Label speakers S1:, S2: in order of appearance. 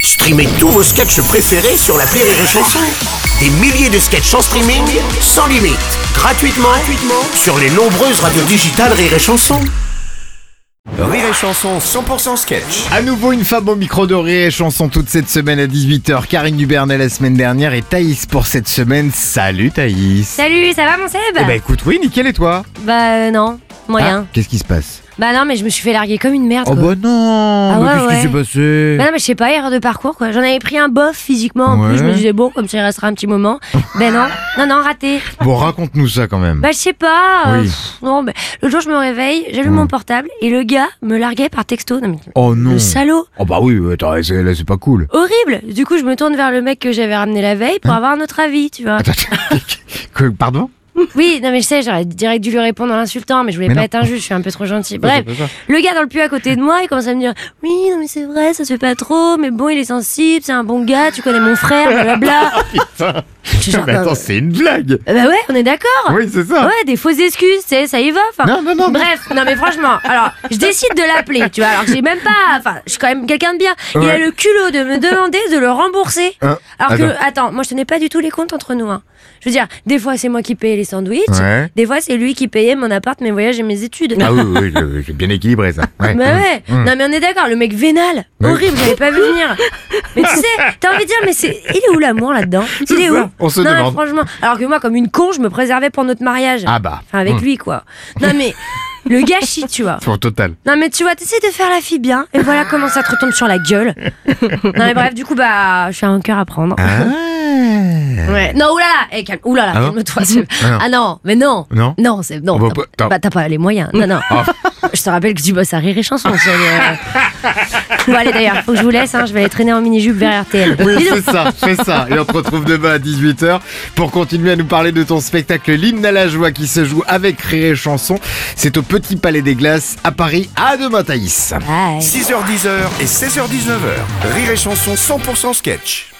S1: Streamez tous vos sketchs préférés sur la Rire et Chanson. Des milliers de sketchs en streaming, sans limite, gratuitement, gratuitement sur les nombreuses radios digitales Rire et Chanson. Rire et Chanson 100% sketch.
S2: À nouveau une femme au micro de Rire et Chanson toute cette semaine à 18h. Karine Dubernay la semaine dernière et Thaïs pour cette semaine. Salut Thaïs.
S3: Salut, ça va mon Seb
S2: Eh ben écoute, oui, nickel et toi
S3: Bah euh, non, moyen.
S2: Ah, Qu'est-ce qui se passe
S3: Bah non, mais je me suis fait larguer comme une merde.
S2: Oh
S3: quoi.
S2: bah non
S3: Ah
S2: mais
S3: ouais,
S2: Qu'est-ce qui
S3: ouais.
S2: s'est passé
S3: Bah non, mais je sais pas, erreur de parcours quoi. J'en avais pris un bof physiquement en
S2: Ouais.
S3: plus, je me disais bon, comme ça il restera un petit moment. ben non, non, non, raté.
S2: Bon, raconte-nous ça quand même.
S3: Bah je sais pas. euh,
S2: Oui. Mm.
S3: pff, non, mais le jour je me réveille, j'allume mon portable et le gars me larguait par texto. Non, mais
S2: oh non
S3: le salaud
S2: Oh bah oui, ouais, attends, c'est- là c'est pas cool.
S3: Horrible Du coup, je me tourne vers le mec que j'avais ramené la veille pour avoir un autre avis, tu vois.
S2: Hein Attends, que- pardon
S3: Oui, non, mais je sais, j'aurais direct dû lui répondre en l'insultant, mais je voulais
S2: Mais
S3: pas
S2: non. Bah,
S3: être injuste, je suis un peu trop gentil.
S2: c'est
S3: Bref,
S2: pas ça.
S3: le gars dans le puits à côté de moi, il commence à me dire Oui, non, mais c'est vrai, ça se fait pas trop, mais bon, il est sensible, c'est un bon gars, tu connais mon frère, blablabla.
S2: Putain.
S3: Je suis genre,
S2: Mais attends, c'est une blague
S3: Euh, Bah ouais, on est d'accord
S2: Oui, c'est ça
S3: Ouais, des fausses excuses, c'est ça y va. enfin.
S2: Non, non, non, mais-
S3: Bref, non mais franchement, alors je décide de l'appeler, tu vois, alors que j'ai même pas, enfin, je suis quand même quelqu'un de bien. Il
S2: Ouais.
S3: a le culot de me demander de le rembourser.
S2: Hein,
S3: Alors que, attends, moi je tenais pas du tout les comptes entre nous. hein. Je veux dire, des fois c'est moi qui payais les sandwichs,
S2: Ouais.
S3: des fois c'est lui qui payait mon appart, mes voyages et mes études.
S2: Ah oui, oui, oui, j'ai bien équilibré ça. Ouais. Mmh.
S3: Bah ouais, non mais on est d'accord, le mec vénal,
S2: Oui.
S3: horrible, j'avais pas vu venir. Mais tu sais, t'as envie de dire, mais c'est, il est où l'amour là-dedans Il est
S2: ça,
S3: où
S2: on se
S3: Non, mais
S2: demande.
S3: franchement, alors que moi, comme une con, je me préservais pour notre mariage.
S2: Ah bah,
S3: Enfin, avec lui, quoi. Non mais, le gâchis, tu vois.
S2: pour total.
S3: Non mais tu vois, t'essaies de faire la fille bien, et voilà comment ça te retombe sur la gueule. Non mais bref, du coup, bah, je suis un cœur à prendre.
S2: Ah.
S3: Ouais. Non, oulala, eh, calme, oulala,
S2: Ah non
S3: calme-toi. c'est-
S2: Ah non.
S3: Ah non, mais non.
S2: Non
S3: Non, c'est, non,
S2: On va
S3: t'as-
S2: pas- t'as- Ah.
S3: bah, t'as pas les moyens. Non, non. Je te rappelle que tu bosses à Rire et Chanson. c'est, euh, Bon, allez d'ailleurs, faut que je vous laisse, hein, je vais aller traîner en mini-jupe vers RTL.
S2: Oui,
S3: Bisous.
S2: c'est ça, c'est ça. Et on te retrouve demain à 18h pour continuer à nous parler de ton spectacle L'hymne à la joie qui se joue avec Rire et Chanson. C'est au Petit Palais des Glaces à Paris. À demain, Thaïs.
S3: Bye.
S1: 6h10 et 16h19h. Rire et Chanson 100% sketch.